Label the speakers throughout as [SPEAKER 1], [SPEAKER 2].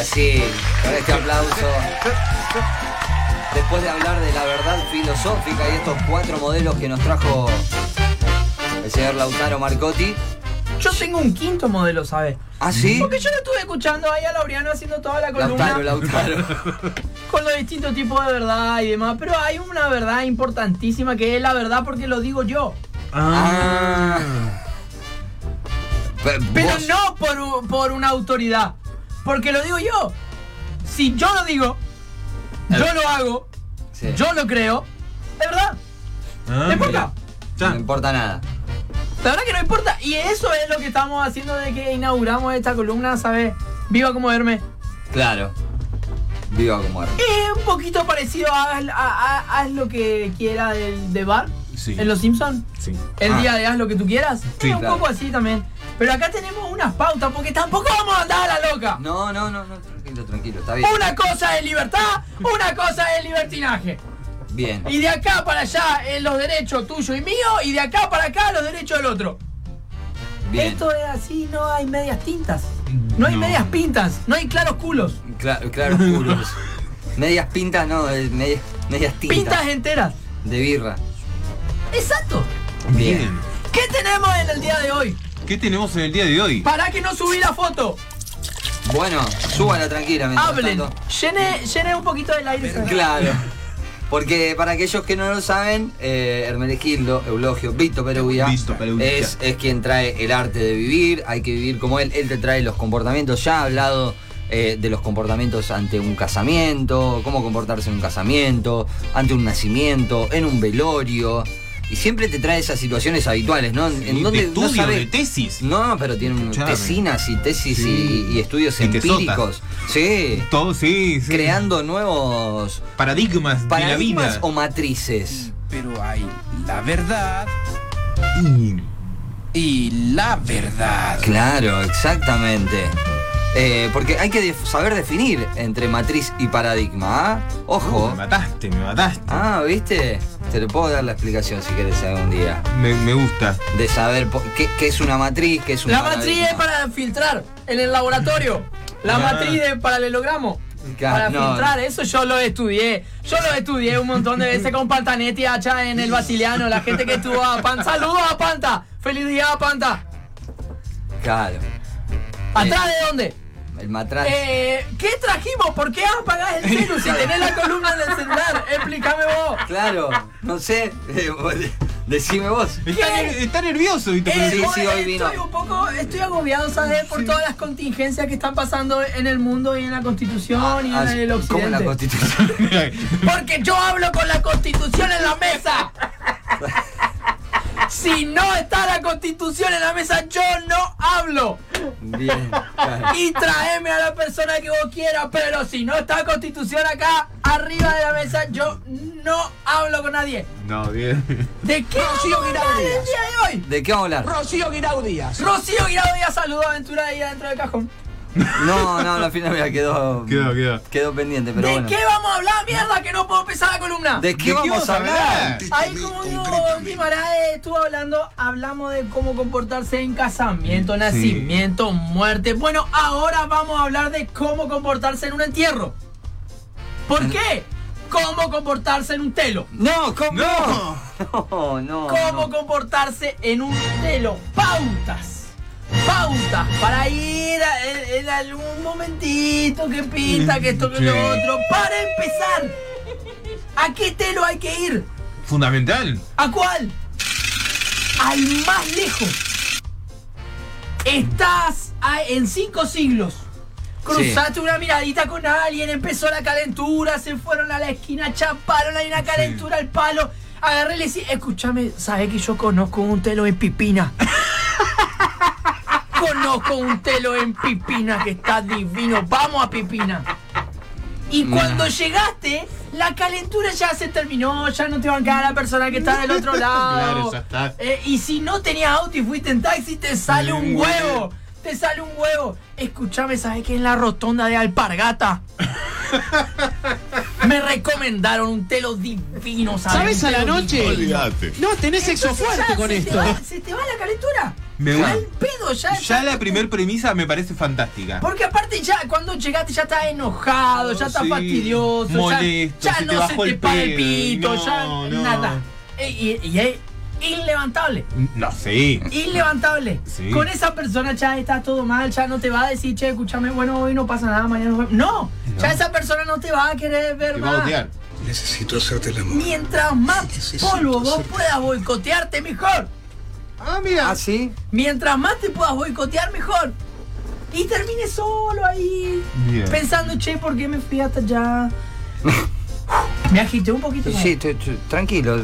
[SPEAKER 1] así, con este aplauso. Después de hablar de la verdad filosófica y estos cuatro modelos que nos trajo el señor Lautaro Marcotti.
[SPEAKER 2] Yo tengo un quinto modelo, ¿sabes?
[SPEAKER 1] ¿Ah, sí?
[SPEAKER 2] Porque yo lo estuve escuchando ahí a Laureano haciendo toda la columna
[SPEAKER 1] Lautaro, Lautaro.
[SPEAKER 2] con los distintos tipos de verdad y demás. Pero hay una verdad importantísima que es la verdad porque lo digo yo.
[SPEAKER 1] Ah. Pe-
[SPEAKER 2] Pero
[SPEAKER 1] vos-
[SPEAKER 2] no por, u- por una autoridad. Porque lo digo yo. Si yo lo digo, yo lo hago,
[SPEAKER 1] Sí,
[SPEAKER 2] yo lo creo, de verdad,
[SPEAKER 3] Ah,
[SPEAKER 2] no importa.
[SPEAKER 3] Ya.
[SPEAKER 1] No importa nada.
[SPEAKER 2] La verdad que no importa. Y eso es lo que estamos haciendo de que inauguramos esta columna, ¿sabes? Viva como verme.
[SPEAKER 1] Claro. Viva como era.
[SPEAKER 2] Es un poquito parecido a, a- a- Haz lo que quiera del de bar
[SPEAKER 3] Sí.
[SPEAKER 2] en Los Simpsons.
[SPEAKER 3] Sí.
[SPEAKER 2] El
[SPEAKER 1] Ah.
[SPEAKER 2] día de haz lo que tú quieras.
[SPEAKER 1] Sí,
[SPEAKER 2] es un
[SPEAKER 1] claro.
[SPEAKER 2] poco así también. Pero acá tenemos unas pautas porque tampoco vamos a andar a la loca.
[SPEAKER 1] No, no, no, no, tranquilo, tranquilo, está bien.
[SPEAKER 2] Una cosa es libertad, una cosa es libertinaje.
[SPEAKER 1] Bien.
[SPEAKER 2] Y de acá para allá eh, los derechos tuyos y míos, y de acá para acá los derechos del otro.
[SPEAKER 1] Bien.
[SPEAKER 2] Esto es así, no hay medias tintas. No hay
[SPEAKER 3] No.
[SPEAKER 2] medias pintas, no hay claros culos.
[SPEAKER 1] Claro, claro, oscuros. Medias pintas, no, eh, medias, medias tintas.
[SPEAKER 2] Pintas enteras.
[SPEAKER 1] De birra.
[SPEAKER 2] Exacto.
[SPEAKER 1] Bien.
[SPEAKER 3] Bien.
[SPEAKER 2] ¿Qué tenemos en el día de hoy?
[SPEAKER 3] ¿Qué tenemos en el día de hoy?
[SPEAKER 2] Para que no subí la foto.
[SPEAKER 1] Bueno, súbala tranquila. mientras
[SPEAKER 2] Hablen.
[SPEAKER 1] tanto.
[SPEAKER 2] Llene, llene un poquito del aire.
[SPEAKER 1] Claro. Porque para aquellos que no lo saben, eh, Hermenegildo, Eulogio, Vito Perugia,
[SPEAKER 3] Vito Perugia.
[SPEAKER 1] Es, es quien trae el arte de vivir, hay que vivir como él, él te trae los comportamientos, ya ha hablado eh, de los comportamientos ante un casamiento, cómo comportarse en un casamiento, ante un nacimiento, en un velorio, y siempre te trae esas situaciones habituales, ¿no? En- en
[SPEAKER 3] De
[SPEAKER 1] donde no
[SPEAKER 3] estudio,
[SPEAKER 1] sabe-
[SPEAKER 3] de tesis.
[SPEAKER 1] No, pero tienen
[SPEAKER 3] Escuchame.
[SPEAKER 1] tesinas y tesis
[SPEAKER 3] Sí.
[SPEAKER 1] y, y estudios
[SPEAKER 3] Y tesotas.
[SPEAKER 1] empíricos. Sí.
[SPEAKER 3] Todo, sí, sí.
[SPEAKER 1] Creando nuevos
[SPEAKER 3] Paradigmas,
[SPEAKER 1] paradigmas
[SPEAKER 3] de la vida.
[SPEAKER 1] o matrices.
[SPEAKER 4] Pero hay la verdad
[SPEAKER 3] Y-
[SPEAKER 4] y la verdad.
[SPEAKER 1] Claro, exactamente. Eh, porque hay que def- saber definir entre matriz y paradigma. ¿ah? Ojo.
[SPEAKER 3] Me mataste, me mataste.
[SPEAKER 1] Ah, ¿viste? Te lo puedo dar la explicación si querés algún día.
[SPEAKER 3] Me, me gusta.
[SPEAKER 1] De saber po- qué, qué es una matriz, qué es un
[SPEAKER 2] La matriz es
[SPEAKER 1] paradigma.
[SPEAKER 2] para filtrar en el laboratorio. La
[SPEAKER 3] Ah.
[SPEAKER 2] matriz es paralelogramo.
[SPEAKER 1] Claro,
[SPEAKER 2] Para
[SPEAKER 1] no.
[SPEAKER 2] filtrar, eso yo lo estudié. Yo lo estudié un montón de veces con Pantanetti allá en el Basiliano. La gente que estuvo a Panta. Saludos a Panta. Feliz día a Panta.
[SPEAKER 1] Claro.
[SPEAKER 2] ¿Atrás de dónde?
[SPEAKER 1] El matraz.
[SPEAKER 2] Eh, ¿Qué trajimos? ¿Por qué apagás el celu si tenés la columna en el celular? Explícame vos.
[SPEAKER 1] Claro, no sé. eh, vos- Decime vos.
[SPEAKER 3] Está,
[SPEAKER 2] ¿Qué?
[SPEAKER 3] ner- está nervioso, ¿viste?
[SPEAKER 2] Eh,
[SPEAKER 1] Sí,
[SPEAKER 2] hoy
[SPEAKER 1] sí, hoy vino.
[SPEAKER 2] estoy un poco, estoy agobiado, ¿sabes? Por todas las contingencias que están pasando en el mundo y en la constitución y
[SPEAKER 1] Ah,
[SPEAKER 2] en el
[SPEAKER 1] ¿Cómo la
[SPEAKER 2] occidente.
[SPEAKER 1] constitución?
[SPEAKER 2] Porque yo hablo con la constitución en la mesa. Si no está la constitución en la mesa, yo no hablo.
[SPEAKER 1] Bien. claro.
[SPEAKER 2] Y traeme a la persona que vos quieras, pero si no está la constitución acá, arriba de la mesa, yo no hablo con nadie.
[SPEAKER 3] no, bien.
[SPEAKER 2] ¿De qué
[SPEAKER 4] Rocío
[SPEAKER 2] vamos a hablar
[SPEAKER 4] Girardi.
[SPEAKER 2] el día de hoy?
[SPEAKER 1] ¿De qué vamos a hablar?
[SPEAKER 4] Rocío Guirao Díaz.
[SPEAKER 2] Rocío Girado Díaz saludo aventura ahí adentro del cajón.
[SPEAKER 1] No, no, la final mira, quedó,
[SPEAKER 3] Quedó, quedó.
[SPEAKER 1] quedó pendiente, pero
[SPEAKER 2] ¿De
[SPEAKER 1] bueno.
[SPEAKER 2] qué vamos a hablar, mierda? Que no puedo empezar la columna.
[SPEAKER 1] ¿De qué vamos a hablar?
[SPEAKER 2] Ahí como digo, Guimaraes estuvo hablando, hablamos de cómo comportarse en casamiento, nacimiento, muerte. Bueno, ahora vamos a hablar de cómo comportarse en un entierro. ¿Por qué? ¿Cómo comportarse en un telo?
[SPEAKER 1] No, ¿cómo?
[SPEAKER 3] No.
[SPEAKER 1] No, no.
[SPEAKER 2] ¿Cómo
[SPEAKER 1] no.
[SPEAKER 2] comportarse en un telo? Pautas. Pautas para ir a- en, en algún momentito que pinta, que esto, que lo
[SPEAKER 3] Sí.
[SPEAKER 2] otro. Para empezar, ¿a qué telo hay que ir?
[SPEAKER 3] Fundamental.
[SPEAKER 2] ¿A cuál? Al más lejos. Estás a- en cinco siglos. Cruzaste una miradita con alguien, empezó la calentura, se fueron a la esquina, chaparon, hay una calentura al palo. Agarré y le decí, escúchame, ¿sabes que yo conozco un telo en Pipina? conozco un telo en Pipina que está divino. Vamos a Pipina. Y cuando llegaste, la calentura ya se terminó, ya no te bancaba la persona que está del otro lado.
[SPEAKER 3] Claro, ya está.
[SPEAKER 2] Eh, y si no tenías auto y fuiste en taxi, te sale un huevo. Te sale un huevo. Escúchame, ¿sabes qué? En la rotonda de Alpargata. Me recomendaron un telo divino, ¿sabes?
[SPEAKER 5] ¿Sabes
[SPEAKER 2] Un
[SPEAKER 5] a la
[SPEAKER 2] telo
[SPEAKER 5] noche?
[SPEAKER 2] divino.
[SPEAKER 5] No, tenés sexo
[SPEAKER 2] Entonces ya
[SPEAKER 5] fuerte
[SPEAKER 2] se
[SPEAKER 5] con
[SPEAKER 2] te
[SPEAKER 5] esto.
[SPEAKER 2] va- se te va la calentura.
[SPEAKER 3] Me
[SPEAKER 2] Al
[SPEAKER 3] gusta.
[SPEAKER 2] pedo ya.
[SPEAKER 3] Ya la primer premisa me parece fantástica.
[SPEAKER 2] Porque aparte ya cuando llegaste ya estás enojado, ya estás
[SPEAKER 3] Sí,
[SPEAKER 2] fastidioso, ya-
[SPEAKER 3] molesto,
[SPEAKER 2] ya,
[SPEAKER 3] se te
[SPEAKER 2] no se
[SPEAKER 3] bajó
[SPEAKER 2] te
[SPEAKER 3] el
[SPEAKER 2] para el
[SPEAKER 3] pedo,
[SPEAKER 2] pito,
[SPEAKER 3] no,
[SPEAKER 2] ya
[SPEAKER 3] no.
[SPEAKER 2] nada. Y, y- y es inlevantable.
[SPEAKER 3] No, sí.
[SPEAKER 2] Inlevantable.
[SPEAKER 3] Sí.
[SPEAKER 2] Con esa persona ya está todo mal, ya no te va a decir, che, escúchame, bueno, hoy no pasa nada, mañana nos vemos". No,
[SPEAKER 3] No.
[SPEAKER 2] ya esa persona no te va a querer ver
[SPEAKER 3] Te va a
[SPEAKER 2] más.
[SPEAKER 3] odiar.
[SPEAKER 5] Necesito hacerte el amor.
[SPEAKER 2] Mientras más
[SPEAKER 5] Necesito
[SPEAKER 2] polvo vos
[SPEAKER 5] ser-
[SPEAKER 2] puedas boicotearte, mejor.
[SPEAKER 3] Ah, mira.
[SPEAKER 1] ¿Ah, sí?
[SPEAKER 2] Mientras más te puedas boicotear, mejor. Y termine solo ahí.
[SPEAKER 3] Bien.
[SPEAKER 2] Pensando, che, ¿por qué me fui hasta allá? me agité un poquito. más.
[SPEAKER 1] Sí, tu- tu- tranquilo,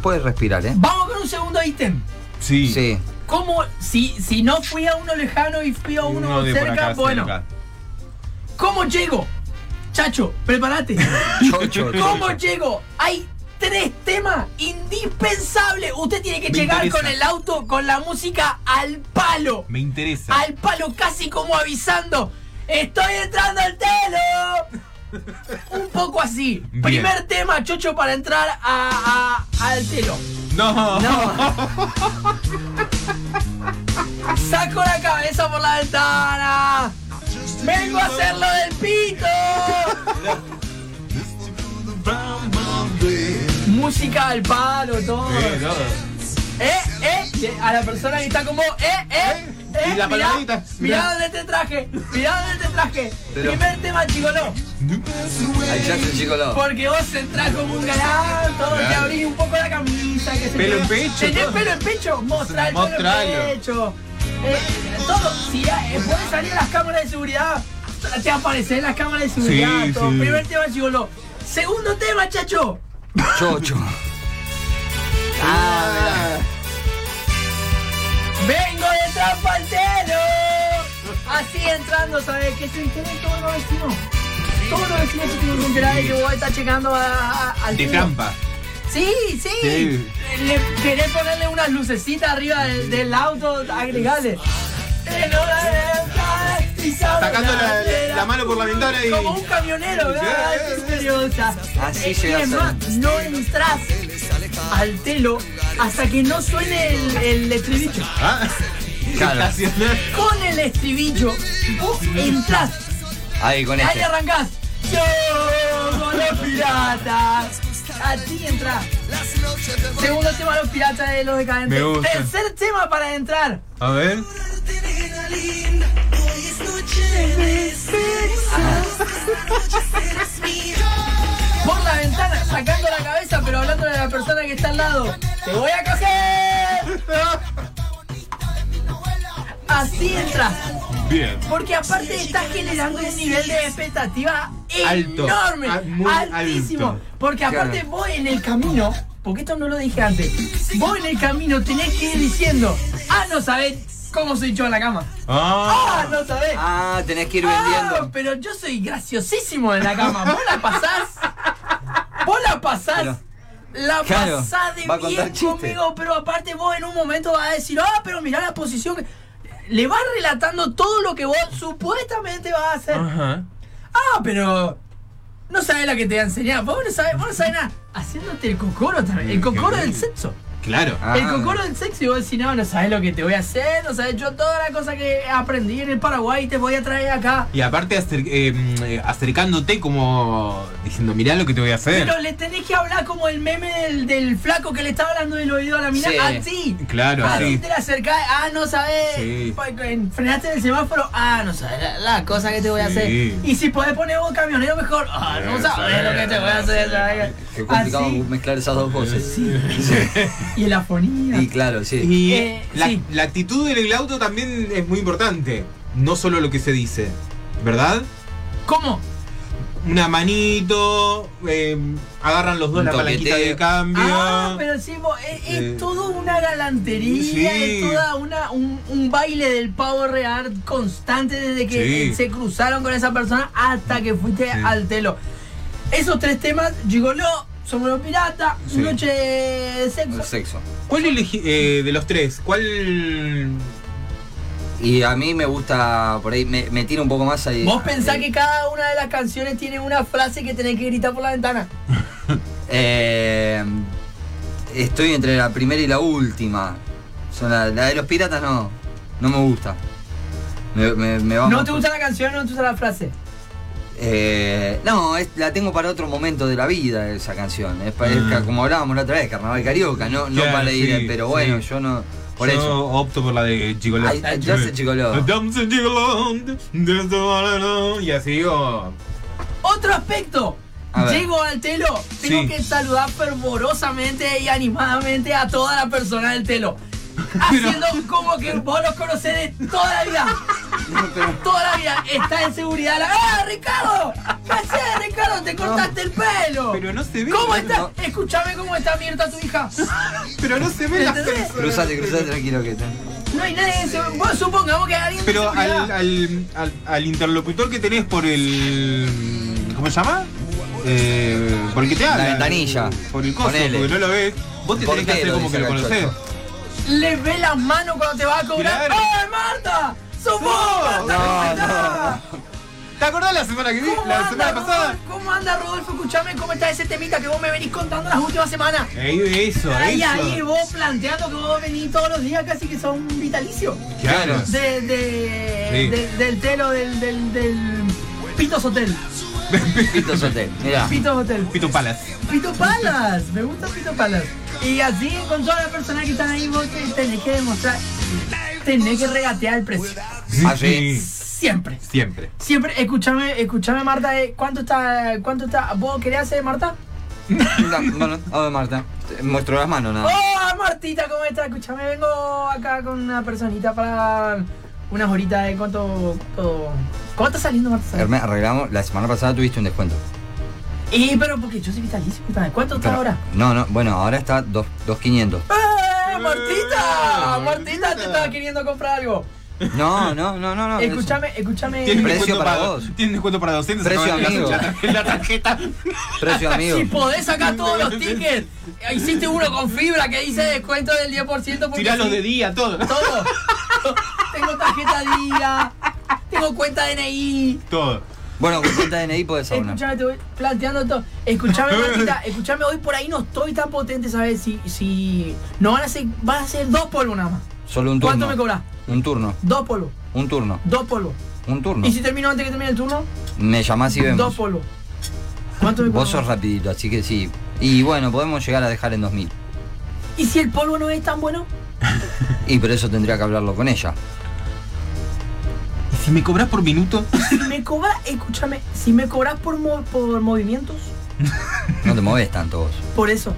[SPEAKER 1] puedes respirar, ¿eh?
[SPEAKER 2] Vamos con un segundo ítem.
[SPEAKER 3] Sí.
[SPEAKER 1] Sí.
[SPEAKER 2] ¿Cómo? Si, si no fui a uno lejano y fui a
[SPEAKER 3] Y
[SPEAKER 2] uno,
[SPEAKER 3] de por
[SPEAKER 2] cerca,
[SPEAKER 3] acá,
[SPEAKER 2] bueno.
[SPEAKER 3] cerca.
[SPEAKER 2] ¿Cómo llego? Chacho, prepárate.
[SPEAKER 1] Chocho,
[SPEAKER 2] ¿Cómo
[SPEAKER 1] chocho.
[SPEAKER 2] llego? Hay tres temas indispensables. Usted tiene que
[SPEAKER 3] Me
[SPEAKER 2] llegar
[SPEAKER 3] interesa.
[SPEAKER 2] con el auto, con la música al palo.
[SPEAKER 3] Me interesa.
[SPEAKER 2] Al palo, casi como avisando. Estoy entrando al telo. Un poco así.
[SPEAKER 3] Bien.
[SPEAKER 2] Primer tema, chocho, para entrar a- a- al telo.
[SPEAKER 3] No.
[SPEAKER 2] No. Saco la cabeza por la ventana. Vengo a hacerlo del pito. Música al palo, todo.
[SPEAKER 3] Eh, no.
[SPEAKER 2] Eh, eh, a la persona que está como, eh, eh, eh,
[SPEAKER 3] Y
[SPEAKER 2] mirá,
[SPEAKER 3] la palmadita,
[SPEAKER 2] Mirá
[SPEAKER 3] mirá.
[SPEAKER 2] dónde te traje, mirá dónde te traje.
[SPEAKER 1] Pero-
[SPEAKER 2] Primer tema, chico, no.
[SPEAKER 1] Ahí ya se chico lado.
[SPEAKER 2] Porque vos entrás como un galán, todo, te
[SPEAKER 3] Claro.
[SPEAKER 2] abrís un poco la camisa, que se
[SPEAKER 3] Pelo
[SPEAKER 2] te-
[SPEAKER 3] en pecho,
[SPEAKER 2] ¿Tenés
[SPEAKER 3] todo.
[SPEAKER 2] pelo en pecho? Mostrá el pelo
[SPEAKER 3] Mostralo.
[SPEAKER 2] en pecho. Eh, todo, si ya, eh, podés salir a las cámaras de seguridad, te aparecen las cámaras de seguridad,
[SPEAKER 3] Sí,
[SPEAKER 2] todo.
[SPEAKER 3] sí.
[SPEAKER 2] Primer tema, chico, no. Segundo tema, chacho.
[SPEAKER 1] Chocho. Ah,
[SPEAKER 2] Vengo de Trampaltero. Así entrando, ¿sabes? Que se enteren todos los vecinos. Todos los vecinos se tienen que enterar de que vos estás llegando a, a- al
[SPEAKER 3] De
[SPEAKER 2] tío.
[SPEAKER 3] trampa.
[SPEAKER 2] Sí, sí.
[SPEAKER 3] Sí.
[SPEAKER 2] Le, querés ponerle unas lucecitas arriba del, del auto, agregale. En hora de entrar y sabe
[SPEAKER 3] Sacando la-
[SPEAKER 2] bandera.
[SPEAKER 3] la mano por la ventana y-
[SPEAKER 2] Como un camionero, ¿verdad?
[SPEAKER 3] Sí.
[SPEAKER 2] Es misteriosa.
[SPEAKER 1] Así
[SPEAKER 2] Eh,
[SPEAKER 1] se
[SPEAKER 2] y es
[SPEAKER 1] hace.
[SPEAKER 2] más, no entras al telo hasta que no suene el, el estribillo.
[SPEAKER 3] Ah.
[SPEAKER 1] Claro.
[SPEAKER 3] Estacionar.
[SPEAKER 2] Con el estribillo, vos entras
[SPEAKER 1] ahí con
[SPEAKER 2] Ahí
[SPEAKER 1] este.
[SPEAKER 2] arrancás. Yo con los piratas. Así entras. Segundo tema, los piratas de los decadentes.
[SPEAKER 3] Me gusta.
[SPEAKER 2] Tercer tema para entrar.
[SPEAKER 3] A ver.
[SPEAKER 2] Por la ventana, sacando la cabeza, pero hablando de la persona que está al lado. ¡Te voy a coger! Así entras.
[SPEAKER 3] Bien.
[SPEAKER 2] Porque aparte estás generando un nivel de expectativa
[SPEAKER 3] Alto,
[SPEAKER 2] enorme,
[SPEAKER 3] a- muy
[SPEAKER 2] altísimo.
[SPEAKER 3] alto.
[SPEAKER 2] Porque aparte
[SPEAKER 1] Claro.
[SPEAKER 2] vos en el camino, porque esto no lo dije antes, vos en el camino tenés que ir diciendo, ah, no sabés cómo soy yo en la cama. Ah,
[SPEAKER 3] Ah.
[SPEAKER 2] no sabés.
[SPEAKER 1] Ah, tenés que ir
[SPEAKER 2] Ah,
[SPEAKER 1] vendiendo.
[SPEAKER 2] pero yo soy graciosísimo en la cama. Vos la pasás. Vos la pasás.
[SPEAKER 1] Pero-
[SPEAKER 2] la
[SPEAKER 1] Claro,
[SPEAKER 2] pasás de
[SPEAKER 1] va a contar
[SPEAKER 2] bien
[SPEAKER 1] chiste.
[SPEAKER 2] conmigo, pero aparte vos en un momento vas a decir, ah, pero mirá la posición. que-". Le vas relatando todo lo que vos supuestamente vas a hacer.
[SPEAKER 3] Ajá.
[SPEAKER 2] Ah, pero. No sabés la que te voy a enseñar. Vos no sabés, vos no sabés nada. Haciéndote el cocoro también. El cocoro del sexo.
[SPEAKER 3] Claro.
[SPEAKER 1] Ah.
[SPEAKER 2] El concurso del sexo y vos decís, no, no sabes lo que te voy a hacer, no sabes yo toda la cosa que aprendí en el Paraguay te voy a traer acá.
[SPEAKER 3] Y aparte acer- eh, eh, acercándote como diciendo, mirá lo que te voy a hacer.
[SPEAKER 2] Pero le tenés que hablar como el meme del, del flaco que le estaba hablando del oído a la mina. Ah,
[SPEAKER 1] Sí.
[SPEAKER 2] Así.
[SPEAKER 3] Claro,
[SPEAKER 2] Así
[SPEAKER 3] así.
[SPEAKER 2] te la acercás. Ah, no sabes.
[SPEAKER 3] Sí.
[SPEAKER 2] Frenaste en el semáforo. Ah, no sabes la, la cosa que te voy a hacer.
[SPEAKER 3] Sí.
[SPEAKER 2] Y si podés poner vos camionero mejor. Ah, no
[SPEAKER 3] Sí,
[SPEAKER 2] sabes
[SPEAKER 3] sí,
[SPEAKER 2] lo que te voy a hacer. ¿sabes?
[SPEAKER 1] Qué complicado
[SPEAKER 2] Así.
[SPEAKER 1] mezclar esas dos voces.
[SPEAKER 2] Y la afonía.
[SPEAKER 1] Y claro, sí.
[SPEAKER 3] Y
[SPEAKER 2] Eh,
[SPEAKER 3] la,
[SPEAKER 2] sí.
[SPEAKER 3] la actitud del auto también es muy importante. No solo lo que se dice, ¿verdad?
[SPEAKER 2] ¿Cómo?
[SPEAKER 3] Una manito, eh, agarran los dos
[SPEAKER 1] Un
[SPEAKER 3] la palanquita
[SPEAKER 1] toqueteo.
[SPEAKER 3] de cambio.
[SPEAKER 2] Ah, pero sí, vos, es, es
[SPEAKER 3] Eh.
[SPEAKER 2] todo una galantería,
[SPEAKER 3] Sí.
[SPEAKER 2] es toda una, un, un baile del pavo real constante desde que
[SPEAKER 3] Sí.
[SPEAKER 2] eh, se cruzaron con esa persona hasta que fuiste al telo. Esos tres temas, Gigoló, Somos los Piratas,
[SPEAKER 3] Sí.
[SPEAKER 2] Noche de Sexo.
[SPEAKER 1] El sexo.
[SPEAKER 3] ¿Cuál elegí eh, de los tres? ¿Cuál
[SPEAKER 1] Y a mí me gusta, por ahí, me, me tira un poco más ahí.
[SPEAKER 2] Vos pensás que cada una de las canciones tiene una frase que tenés que gritar por la ventana.
[SPEAKER 1] Eh, estoy entre la primera y la última. Son la, la de los piratas no. No me gusta. Me, me- me va
[SPEAKER 2] ¿No
[SPEAKER 1] más
[SPEAKER 2] te
[SPEAKER 1] por-
[SPEAKER 2] gusta la canción no te gusta la frase?
[SPEAKER 1] Eh, no, es- la tengo para otro momento de la vida esa canción. Es para- es ca-
[SPEAKER 3] Mm.
[SPEAKER 1] como hablábamos la otra vez, Carnaval Carioca, no, no
[SPEAKER 3] Claro,
[SPEAKER 1] para ir,
[SPEAKER 3] sí,
[SPEAKER 1] pero bueno,
[SPEAKER 3] sí.
[SPEAKER 1] yo no. Por
[SPEAKER 3] Yo
[SPEAKER 1] eso.
[SPEAKER 3] opto por la de Gigolo.
[SPEAKER 1] Ay, ay, yo sé Gigolo.
[SPEAKER 3] Dance Gigolo, dance Gigolo, Y así digo.
[SPEAKER 2] Otro aspecto.
[SPEAKER 1] A ver.
[SPEAKER 2] Llego al telo. Tengo
[SPEAKER 3] Sí.
[SPEAKER 2] que saludar fervorosamente y animadamente a toda la persona del telo.
[SPEAKER 3] Pero-
[SPEAKER 2] Haciendo como que vos los conocés de toda la vida. Toda la vida. Está en seguridad. La... ¡Ah, Ricardo! ¿Qué haces, Ricardo? ¡Te cortaste el pelo!
[SPEAKER 3] Pero no se ve.
[SPEAKER 2] ¿Cómo está?
[SPEAKER 1] no.
[SPEAKER 2] Escúchame cómo está Mirta, tu hija.
[SPEAKER 3] Pero no se ve las
[SPEAKER 2] ¿Entendés?
[SPEAKER 3] personas.
[SPEAKER 1] Cruzate, cruzate tranquilo que
[SPEAKER 2] No hay nadie en seguridad. Vos supongamos que hay alguien de
[SPEAKER 3] Pero
[SPEAKER 2] seguridad.
[SPEAKER 3] al, al, al, al interlocutor que tenés por el. ¿Cómo se llama? Eh, por el que te habla.
[SPEAKER 1] ventanilla.
[SPEAKER 3] Por el coso,
[SPEAKER 1] Ponele.
[SPEAKER 3] porque no lo ves. Vos te tenés que
[SPEAKER 1] Portero,
[SPEAKER 3] hacer como
[SPEAKER 1] dice
[SPEAKER 3] que lo
[SPEAKER 1] acá el
[SPEAKER 3] conocés.
[SPEAKER 1] chocho.
[SPEAKER 2] le ve las manos cuando te va a cobrar.
[SPEAKER 3] Claro.
[SPEAKER 2] ¡Eh, Marta! ¡Sos vos, Marta! ¿cómo
[SPEAKER 1] no,
[SPEAKER 2] estás?
[SPEAKER 3] ¿Te acordás la semana que vi?
[SPEAKER 2] ¿Cómo
[SPEAKER 3] La
[SPEAKER 2] anda,
[SPEAKER 3] semana pasada.
[SPEAKER 2] Rodolfo? ¿Cómo anda, Rodolfo? Escuchame, ¿cómo está ese temita que vos me venís contando las últimas semanas?
[SPEAKER 3] Ey, eso,
[SPEAKER 2] Ahí,
[SPEAKER 3] eso.
[SPEAKER 2] ahí, vos planteando que vos venís todos los días casi que son vitalicios.
[SPEAKER 3] Claro.
[SPEAKER 2] De, de,
[SPEAKER 3] Sí.
[SPEAKER 2] de- del telo del, del, del Pitos Hotel.
[SPEAKER 1] Pito Sotel, mirá.
[SPEAKER 2] Pitos Hotel.
[SPEAKER 3] Ah. Pito Palace.
[SPEAKER 2] Pito Palas, me gusta Pito Palas. Y así con todas las personas que están ahí, vos te- tenés que demostrar, tenés que regatear el precio.
[SPEAKER 1] Ah, sí.
[SPEAKER 2] Siempre.
[SPEAKER 3] Siempre.
[SPEAKER 2] Siempre, escúchame, escúchame Marta, eh, ¿cuánto está, cuánto está? ¿Vos querés hacer Marta?
[SPEAKER 1] Mirá, Bueno, a ver, Marta. te Muestro las manos nada.
[SPEAKER 2] ¡Oh, Martita, cómo está! Escúchame, vengo acá con una personita para unas horitas de cuánto, cuánto, ¿cuánto está saliendo Marta? ¿Sabes?
[SPEAKER 1] Hermes, arreglamos. La semana pasada tuviste un descuento.
[SPEAKER 2] Y pero porque yo soy vitalicio, puta, ¿cuánto está
[SPEAKER 1] Pero-
[SPEAKER 2] ahora?
[SPEAKER 1] No, no, bueno, ahora está dos- 2.500.
[SPEAKER 2] ¡Eh, Martita!
[SPEAKER 3] Eh,
[SPEAKER 2] Martita, te
[SPEAKER 3] Martita.
[SPEAKER 2] estaba queriendo comprar algo.
[SPEAKER 1] No, no, no, no, no.
[SPEAKER 2] Escúchame, escúchame.
[SPEAKER 3] Tienes
[SPEAKER 1] Ah, Precio
[SPEAKER 3] descuento
[SPEAKER 1] para vos.
[SPEAKER 3] Tienes descuento para 200.
[SPEAKER 1] Precio
[SPEAKER 3] acaban de
[SPEAKER 1] amigo.
[SPEAKER 3] hacer La, tarjeta. la tarjeta.
[SPEAKER 1] es Precio amigo.
[SPEAKER 2] Si podés sacar todos los tickets, eh, hiciste uno con fibra que dice descuento del 10% porque
[SPEAKER 3] Tirá los
[SPEAKER 2] sí,
[SPEAKER 3] de día, todo.
[SPEAKER 2] todo. tengo tarjeta día, tengo cuenta DNI.
[SPEAKER 3] Todo.
[SPEAKER 1] Bueno, con cuenta DNI podés aunar.
[SPEAKER 2] Escuchame, te voy planteando todo. Escuchame, Martita, escuchame, hoy por ahí no estoy tan potente, ¿sabes? Si, si no van a ser, van a ser dos polvos nada más.
[SPEAKER 1] Solo un turno.
[SPEAKER 2] ¿Cuánto me cobras?
[SPEAKER 1] Un turno,
[SPEAKER 2] Dos polvos,
[SPEAKER 1] un turno,
[SPEAKER 2] dos polvos.
[SPEAKER 1] un turno.
[SPEAKER 2] Y si termino antes que termine el turno,
[SPEAKER 1] Me llamás y
[SPEAKER 2] dos
[SPEAKER 1] vemos.
[SPEAKER 2] polvos. ¿Cuánto me
[SPEAKER 1] Vos
[SPEAKER 2] cobras?
[SPEAKER 1] sos rapidito, así que sí. Y bueno, podemos llegar a dejar en 2000.
[SPEAKER 2] ¿Y si el polvo no es tan bueno?
[SPEAKER 1] Y pero eso tendría que hablarlo con ella.
[SPEAKER 3] ¿Y si me cobras por minuto?
[SPEAKER 2] Si me cobra, escúchame, si me cobras por, mo- por movimientos,
[SPEAKER 1] No te moves tanto vos.
[SPEAKER 2] por eso.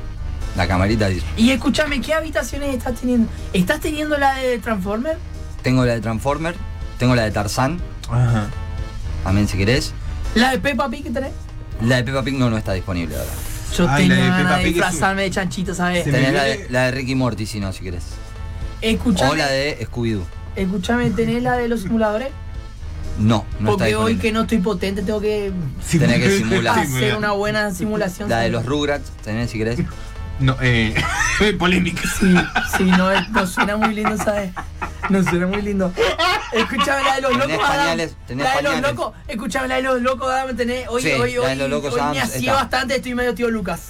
[SPEAKER 1] La camarita dice,
[SPEAKER 2] Y escúchame, ¿qué habitaciones estás teniendo? ¿Estás teniendo la de Transformer?
[SPEAKER 1] tengo la de Transformer, tengo la de Tarzán,
[SPEAKER 3] Ajá.
[SPEAKER 1] también si querés.
[SPEAKER 2] ¿La de Peppa Pig que tenés?
[SPEAKER 1] La de Peppa Pig no, no está disponible ahora.
[SPEAKER 2] Yo
[SPEAKER 3] Ay,
[SPEAKER 2] tengo
[SPEAKER 3] la de
[SPEAKER 2] ganas de
[SPEAKER 3] Peppa Pig es un-
[SPEAKER 2] disfrazarme de chanchito, ¿sabes?
[SPEAKER 3] Se me
[SPEAKER 1] Tenés la
[SPEAKER 3] viene-
[SPEAKER 1] de, la de Ricky Morty si no, si querés. O la
[SPEAKER 2] Escúchame,
[SPEAKER 1] de Scooby-Doo.
[SPEAKER 2] escúchame, ¿tenés la de los simuladores?
[SPEAKER 1] No, no está
[SPEAKER 2] Porque hoy
[SPEAKER 1] disponible.
[SPEAKER 2] que no estoy potente tengo que
[SPEAKER 1] Tenés que simular.
[SPEAKER 2] hacer una buena simulación.
[SPEAKER 1] La de los Rugrats, tenés si querés.
[SPEAKER 3] No, eh. Polémica.
[SPEAKER 2] Sí, sí, no, es- no suena muy lindo, ¿sabes? No suena muy lindo. Escuchame la de los
[SPEAKER 1] Tenés
[SPEAKER 2] locos, Adam.
[SPEAKER 1] pañales, tenés
[SPEAKER 2] la de los
[SPEAKER 1] pañales.
[SPEAKER 2] locos, escuchame la de los locos, Adam, tenés. Hoy,
[SPEAKER 1] Sí,
[SPEAKER 2] hoy,
[SPEAKER 1] la de
[SPEAKER 2] hoy,
[SPEAKER 1] los locos,
[SPEAKER 2] hoy
[SPEAKER 1] Adam,
[SPEAKER 2] me hacía
[SPEAKER 1] está.
[SPEAKER 2] bastante, estoy medio tío Lucas.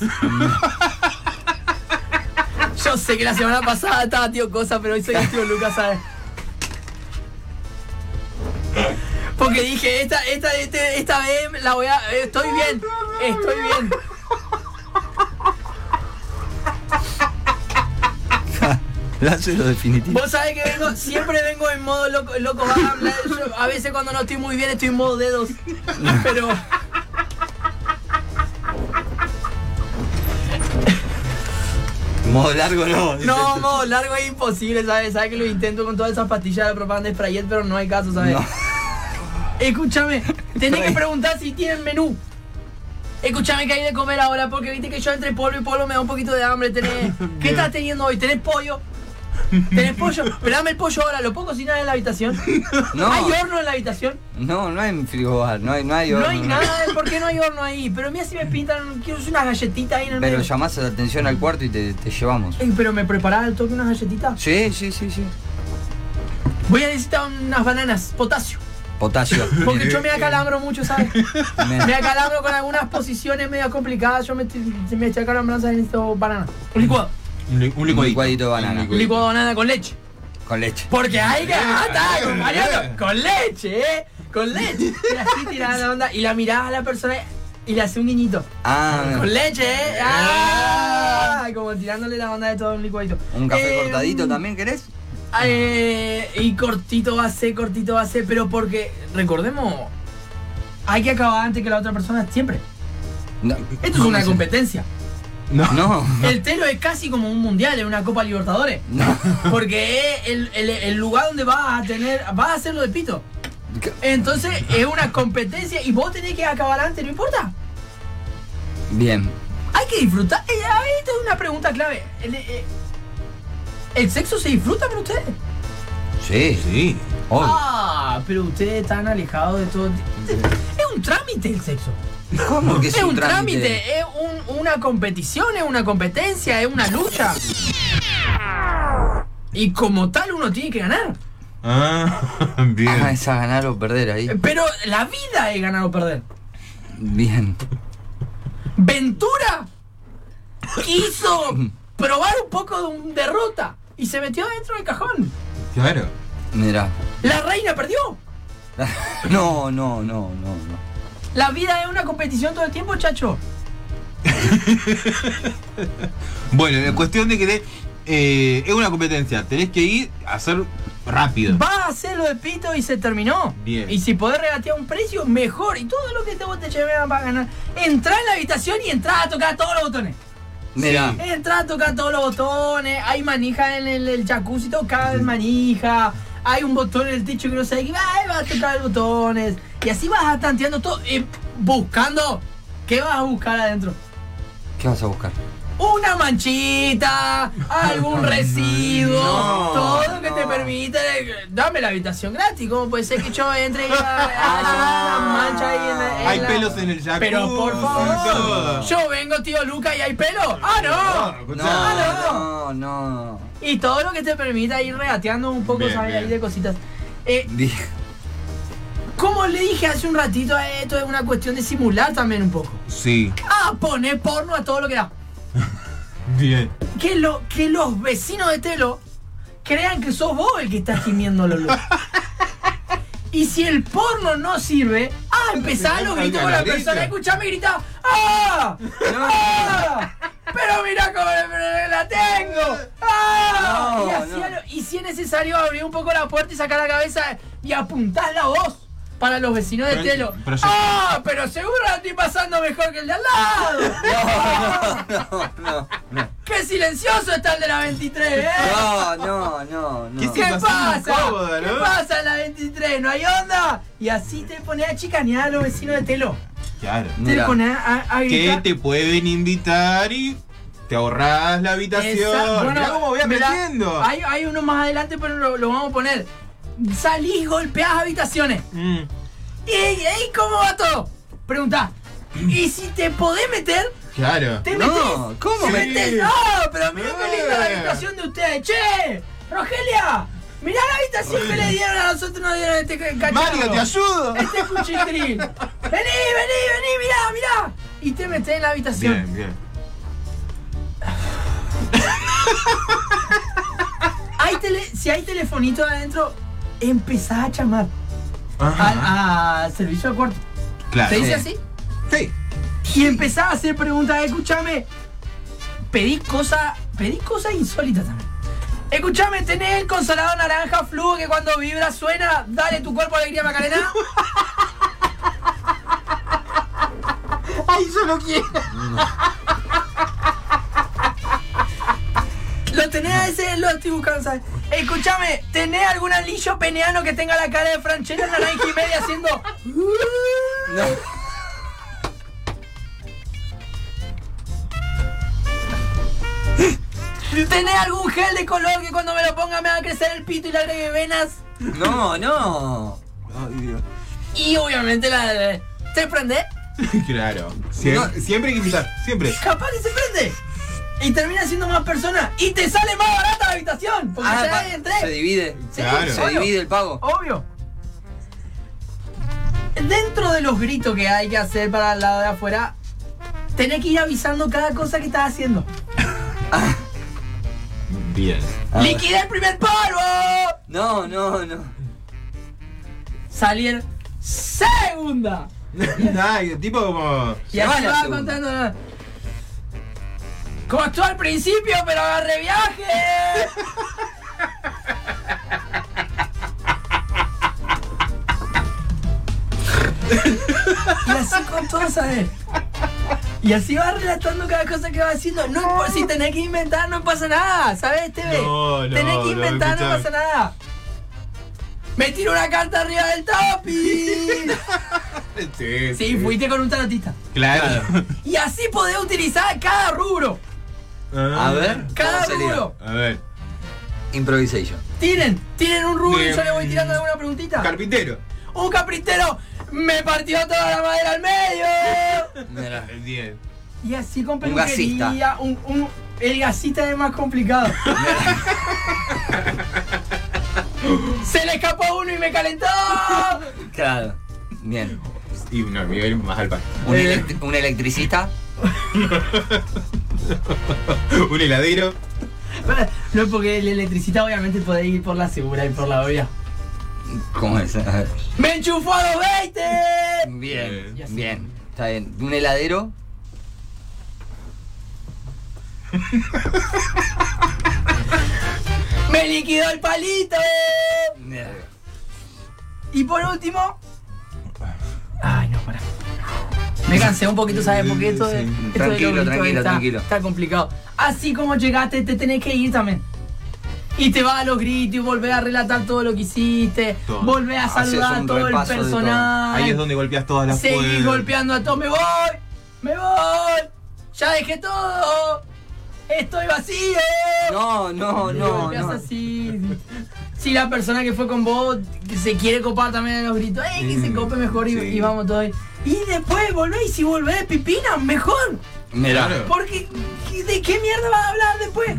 [SPEAKER 2] Yo sé que la semana pasada estaba tío Cosa, pero hoy soy el tío Lucas, ¿sabes? Porque dije, esta, esta, este- esta vez la voy a. Estoy bien, estoy bien.
[SPEAKER 1] La hace lo definitivo.
[SPEAKER 2] Vos sabés que vengo, siempre vengo en modo loco, loco Adam, la- yo- a veces cuando no estoy muy bien estoy en modo dedos. Pero.
[SPEAKER 1] Modo largo no. dice.
[SPEAKER 2] No, modo largo es imposible, ¿sabes? Sabes que lo intento con todas esas pastillas de propaganda de Sprayet, pero no eh. hay caso, ¿sabes?
[SPEAKER 1] No.
[SPEAKER 2] Escúchame, tenés que
[SPEAKER 1] Spray.
[SPEAKER 2] preguntar si tienen menú. Escúchame que hay de comer ahora, porque viste que yo entre polvo y polvo me da un poquito de hambre. Tenés, ¿Qué estás teniendo hoy? ¿Tenés pollo? ¿Tenés pollo? Pero dame el pollo ahora, ¿lo puedo cocinar en la habitación?
[SPEAKER 1] No.
[SPEAKER 2] ¿Hay horno en la habitación?
[SPEAKER 1] No, no hay frigobar, no hay, no hay
[SPEAKER 2] No
[SPEAKER 1] horno,
[SPEAKER 2] hay nada, ¿por qué no hay horno ahí? Pero mira si me pintan, quiero hacer unas galletitas ahí en el
[SPEAKER 1] Pero
[SPEAKER 2] medio.
[SPEAKER 1] llamás la atención al cuarto y te, te llevamos.
[SPEAKER 2] Ey, pero me preparaba al toque unas galletitas.
[SPEAKER 1] Sí, sí, sí, sí.
[SPEAKER 2] Voy a necesitar unas bananas, potasio.
[SPEAKER 1] Potasio.
[SPEAKER 2] Porque yo me acalambro mucho, ¿sabes?
[SPEAKER 1] Me-
[SPEAKER 2] Me acalambro con algunas posiciones medio complicadas. Yo me, estoy- me estoy acalambrando, ¿sabes? Necesito bananas. Un licuado.
[SPEAKER 3] Un, li- un
[SPEAKER 1] Un licuadito de banana.
[SPEAKER 2] Un licuado de banana con leche.
[SPEAKER 1] Con leche.
[SPEAKER 2] Porque hay que. Ah, está,
[SPEAKER 3] Bien,
[SPEAKER 2] acompañando
[SPEAKER 3] bien.
[SPEAKER 2] Con leche, ¿eh? Con leche. Y así tirada la onda. Y la miraba a la persona y le hacía un guiñito.
[SPEAKER 1] Ah,
[SPEAKER 2] Con leche, ¿eh? Ah, como tirándole la onda de todo un licuadito.
[SPEAKER 1] un café
[SPEAKER 2] Eh,
[SPEAKER 1] cortadito también, ¿querés?
[SPEAKER 2] eh, y cortito va a ser, cortito va a ser, pero porque, recordemos, hay que acabar antes que la otra persona siempre.
[SPEAKER 1] No.
[SPEAKER 2] Esto es una competencia.
[SPEAKER 3] No.
[SPEAKER 1] No.
[SPEAKER 2] El telo es casi como un mundial, es una Copa Libertadores.
[SPEAKER 1] No.
[SPEAKER 2] Porque es el, el- el lugar donde vas a tener, vas a hacerlo de pito.
[SPEAKER 1] ¿Qué?
[SPEAKER 2] Entonces es una competencia y vos tenés que acabar antes, no importa.
[SPEAKER 1] Bien.
[SPEAKER 2] Hay que disfrutar. Eh, ah, Esta es una pregunta clave. El, eh, ¿el sexo se disfruta para ustedes?
[SPEAKER 1] Sí.
[SPEAKER 3] Sí.
[SPEAKER 1] Hoy.
[SPEAKER 2] Ah, pero ustedes están alejados de todo. Es un trámite el sexo.
[SPEAKER 1] ¿Cómo que
[SPEAKER 2] Es, un trámite, es un- una competición, es una competencia, es una lucha. Y como tal uno tiene que ganar.
[SPEAKER 3] Ah, bien.
[SPEAKER 1] Ah, es a ganar o perder ahí.
[SPEAKER 2] Pero la vida es ganar o perder.
[SPEAKER 1] Bien.
[SPEAKER 2] Ventura quiso probar un poco de un derrota y se metió dentro del cajón.
[SPEAKER 3] Claro.
[SPEAKER 1] Mira.
[SPEAKER 2] La reina perdió.
[SPEAKER 1] No, no, no, no, no.
[SPEAKER 2] La vida es una competición todo el tiempo, chacho.
[SPEAKER 3] Bueno, la cuestión de que te- eh, es una competencia. Tenés que ir a hacer rápido.
[SPEAKER 2] Vas a hacerlo de pito y se terminó.
[SPEAKER 3] Bien.
[SPEAKER 2] Y si podés regatear un precio, mejor. Y todo lo que te vos te lleves va a ganar. Entrá en la habitación y entrá a tocar todos los botones.
[SPEAKER 1] Mira.
[SPEAKER 2] Entrá a tocar todos los botones. Hay manija en el, el jacuzzi, toca el manija. Hay un botón en el techo que no sé qué. Ay, Vas a tocar los botones. Y así vas tanteando todo. y buscando. ¿Qué vas a buscar adentro?
[SPEAKER 1] ¿Qué vas a buscar?
[SPEAKER 2] Una manchita, algún residuo,
[SPEAKER 1] No,
[SPEAKER 2] todo lo que te
[SPEAKER 1] no.
[SPEAKER 2] permite. Dame la habitación gratis. ¿Cómo puede ser que yo entre y haya una mancha ahí en la. en
[SPEAKER 3] Hay
[SPEAKER 2] la-
[SPEAKER 3] pelos en el jacuzzi.
[SPEAKER 2] Pero por favor,
[SPEAKER 3] todo.
[SPEAKER 2] yo vengo, tío Luca, y hay pelo. ¡Ah, no!
[SPEAKER 1] No, no,
[SPEAKER 3] No,
[SPEAKER 1] no.
[SPEAKER 2] Y todo lo que te permita ir regateando un poco,
[SPEAKER 3] Bien,
[SPEAKER 2] ¿sabes?
[SPEAKER 3] bien.
[SPEAKER 2] Ahí de cositas. Eh,
[SPEAKER 1] Bien.
[SPEAKER 2] como le dije hace un ratito, eh, esto es una cuestión de simular también un poco.
[SPEAKER 3] Sí.
[SPEAKER 2] Ah, poner porno a todo lo que da.
[SPEAKER 3] Bien.
[SPEAKER 2] Que, lo, que los vecinos de Telo crean que sos vos el que estás gimiendo los locos. Y si el porno no sirve, ah, empezá a los gritos con la persona, escuchame y grita, ¡ah! ¡Ah! Pero mira cómo la la tengo. ¡Ah!
[SPEAKER 1] No,
[SPEAKER 2] y, así
[SPEAKER 1] no.
[SPEAKER 2] a lo- y si es necesario abrir un poco la puerta y sacar la cabeza y apuntás la voz para los vecinos de
[SPEAKER 3] Pero-
[SPEAKER 2] Telo.
[SPEAKER 3] pero yo-
[SPEAKER 2] ¡Ah! Pero seguro la estoy pasando mejor que el de al lado.
[SPEAKER 1] No, no, no.
[SPEAKER 2] ¡Qué silencioso está el de la 23, eh!
[SPEAKER 1] No, no, no, no.
[SPEAKER 3] ¿Qué
[SPEAKER 2] ¿Qué
[SPEAKER 3] Situación
[SPEAKER 2] pasa?
[SPEAKER 3] incómoda,
[SPEAKER 2] ¿Qué
[SPEAKER 3] ¿no?
[SPEAKER 2] pasa en la 23? ¿No hay onda? Y así te pones a chicanear a los vecinos de Telo.
[SPEAKER 3] Claro.
[SPEAKER 2] Te
[SPEAKER 1] Mira.
[SPEAKER 2] pones a, a
[SPEAKER 3] Que
[SPEAKER 2] gritar.
[SPEAKER 3] te pueden invitar y te ahorrás la
[SPEAKER 2] Esa-
[SPEAKER 3] habitación.
[SPEAKER 2] bueno,
[SPEAKER 3] Mirá cómo voy
[SPEAKER 2] me la-
[SPEAKER 3] aprendiendo.
[SPEAKER 2] Hay, hay uno más adelante, pero lo, lo vamos a poner. Salís, golpeás habitaciones.
[SPEAKER 3] Mm.
[SPEAKER 2] ¿Y, y cómo va todo? Preguntá. ¿Y si te podés meter?
[SPEAKER 3] Claro.
[SPEAKER 2] ¿Te metes?
[SPEAKER 1] No, ¿cómo?
[SPEAKER 2] ¡Te
[SPEAKER 3] Sí.
[SPEAKER 1] me-
[SPEAKER 2] metes! ¡No! Pero mira qué linda la
[SPEAKER 3] Eh.
[SPEAKER 2] habitación de ustedes. ¡Che! ¡Rogelia! Mirá la habitación que le dieron a nosotros, nos dieron este cacharro.
[SPEAKER 3] Mario, te ayudo.
[SPEAKER 2] Este cuchitril. ¡Vení, vení, vení! ¡Mirá, mirá! Y te metes en la habitación.
[SPEAKER 3] Bien, bien.
[SPEAKER 2] Hay tele- si hay telefonito adentro, empezás a llamar
[SPEAKER 3] Ajá.
[SPEAKER 2] al a servicio de cuarto.
[SPEAKER 3] Ah, Claro.
[SPEAKER 2] ¿Se dice
[SPEAKER 1] Sí.
[SPEAKER 2] Ah. así?
[SPEAKER 3] Sí.
[SPEAKER 2] Y empezás a hacer preguntas, escúchame. Pedí cosas, pedí cosas insólitas también. Escúchame, ¿tenés el consolador naranja fluo que cuando vibra suena? Dale tu cuerpo alegría Macarena.
[SPEAKER 3] Ay, yo lo quiero.
[SPEAKER 2] Lo tenés a ese, lo estoy buscando, ¿sabes? Escúchame, ¿tenés algún anillo peneano que tenga la cara de Franchella en la naranja y media haciendo?
[SPEAKER 1] No.
[SPEAKER 2] ¿Tenés algún gel de color que cuando me lo ponga me va a crecer el pito y le agregue venas?
[SPEAKER 1] No, no. Ah,
[SPEAKER 3] Ay, Dios.
[SPEAKER 2] Y obviamente la de... ¿Te prende?
[SPEAKER 3] Claro. Siem-
[SPEAKER 1] No.
[SPEAKER 3] Siempre hay que invitar. Siempre.
[SPEAKER 2] capaz que se prende. Y termina siendo más persona. Y te sale más barata la habitación. Porque
[SPEAKER 1] Ah,
[SPEAKER 2] ya
[SPEAKER 1] pa-
[SPEAKER 2] entré.
[SPEAKER 1] se divide.
[SPEAKER 2] Sí,
[SPEAKER 3] Claro.
[SPEAKER 1] Se
[SPEAKER 2] obvio,
[SPEAKER 1] divide el pago.
[SPEAKER 2] Obvio. Dentro de los gritos que hay que hacer para el lado de afuera, tenés que ir avisando cada cosa que estás haciendo.
[SPEAKER 6] Bien.
[SPEAKER 1] A ver.
[SPEAKER 2] ¡Liquida el primer polvo!
[SPEAKER 1] No, no, no.
[SPEAKER 2] Salir segunda.
[SPEAKER 3] Nah, y el tipo como.
[SPEAKER 2] Y
[SPEAKER 1] Se va
[SPEAKER 2] así
[SPEAKER 1] la
[SPEAKER 2] va
[SPEAKER 1] segunda.
[SPEAKER 2] contando. la- Costó al principio, pero agarré viaje. y así con todo, ¿sabes? Y así va relatando cada cosa que va haciendo. No, impo- si tenés que inventar, no pasa nada, ¿sabes, Teve?
[SPEAKER 3] No, no,
[SPEAKER 2] tenés
[SPEAKER 3] no,
[SPEAKER 2] que inventar, no,
[SPEAKER 3] escuchame.
[SPEAKER 2] pasa nada. Me tiró una carta arriba del tapi.
[SPEAKER 3] Sí,
[SPEAKER 2] Sí, fuiste con un tarotista.
[SPEAKER 3] Claro.
[SPEAKER 2] Y así podés utilizar cada rubro.
[SPEAKER 1] A ver.
[SPEAKER 2] Ah, Cada
[SPEAKER 1] ¿cómo sería?
[SPEAKER 2] rubro.
[SPEAKER 3] A ver.
[SPEAKER 1] Improvisation.
[SPEAKER 2] Tiren, tiren un rubro y yo le voy
[SPEAKER 3] Bien.
[SPEAKER 2] tirando alguna preguntita.
[SPEAKER 3] Carpintero.
[SPEAKER 2] un caprintero me partió toda la madera al medio.
[SPEAKER 1] Mirá.
[SPEAKER 3] Bien.
[SPEAKER 2] Y así con
[SPEAKER 1] Un
[SPEAKER 2] peluquería.
[SPEAKER 1] gasista.
[SPEAKER 2] Un un- el gasista es más complicado. Se le escapó uno y me calentó.
[SPEAKER 1] Claro. Bien.
[SPEAKER 3] Y no, me iba a ir más al pan.
[SPEAKER 1] Un,
[SPEAKER 2] Eh.
[SPEAKER 1] elect- un electricista.
[SPEAKER 3] Un heladero.
[SPEAKER 2] No, porque el electricista obviamente puede ir por la segura y por la obvia.
[SPEAKER 1] ¿Cómo es? A ver.
[SPEAKER 2] ¡Me enchufó a los 20!
[SPEAKER 1] Bien,
[SPEAKER 2] Eh,
[SPEAKER 1] bien. Está bien. Un heladero. Mm.
[SPEAKER 2] ¡Me liquidó el palito!
[SPEAKER 1] Mirá.
[SPEAKER 2] Y por último. Ay, no, pará. Me cansé un poquito, ¿sabes? Porque esto, de-
[SPEAKER 3] Sí,
[SPEAKER 2] esto de
[SPEAKER 1] tranquilo,
[SPEAKER 2] los gritos
[SPEAKER 1] tranquilo,
[SPEAKER 2] está,
[SPEAKER 1] tranquilo.
[SPEAKER 2] está complicado. Así como llegaste, te tenés que ir también. Y te vas a los gritos y volvés a relatar todo lo que hiciste.
[SPEAKER 3] Todo.
[SPEAKER 2] Volvés a
[SPEAKER 1] Haces
[SPEAKER 2] saludar a
[SPEAKER 1] un
[SPEAKER 2] todo el
[SPEAKER 1] repaso de todo.
[SPEAKER 2] personal.
[SPEAKER 3] Ahí es donde golpeas todas las
[SPEAKER 2] Seguís
[SPEAKER 3] puertas.
[SPEAKER 2] golpeando a todo. ¡Me voy! ¡Me voy! ¡Ya dejé todo! ¡Estoy vacío!
[SPEAKER 1] No, no, no,
[SPEAKER 2] Golpeás
[SPEAKER 1] no.
[SPEAKER 2] así. Si la persona que fue con vos que se quiere copar también en los gritos, ¡eh! Que se
[SPEAKER 3] Mm,
[SPEAKER 2] cope mejor y,
[SPEAKER 3] sí.
[SPEAKER 2] y vamos todos. ahí. Y después volvés, y si volvés, pipina, mejor.
[SPEAKER 1] Mirá.
[SPEAKER 3] Claro.
[SPEAKER 2] Porque, ¿qué- ¿de qué mierda vas a hablar después?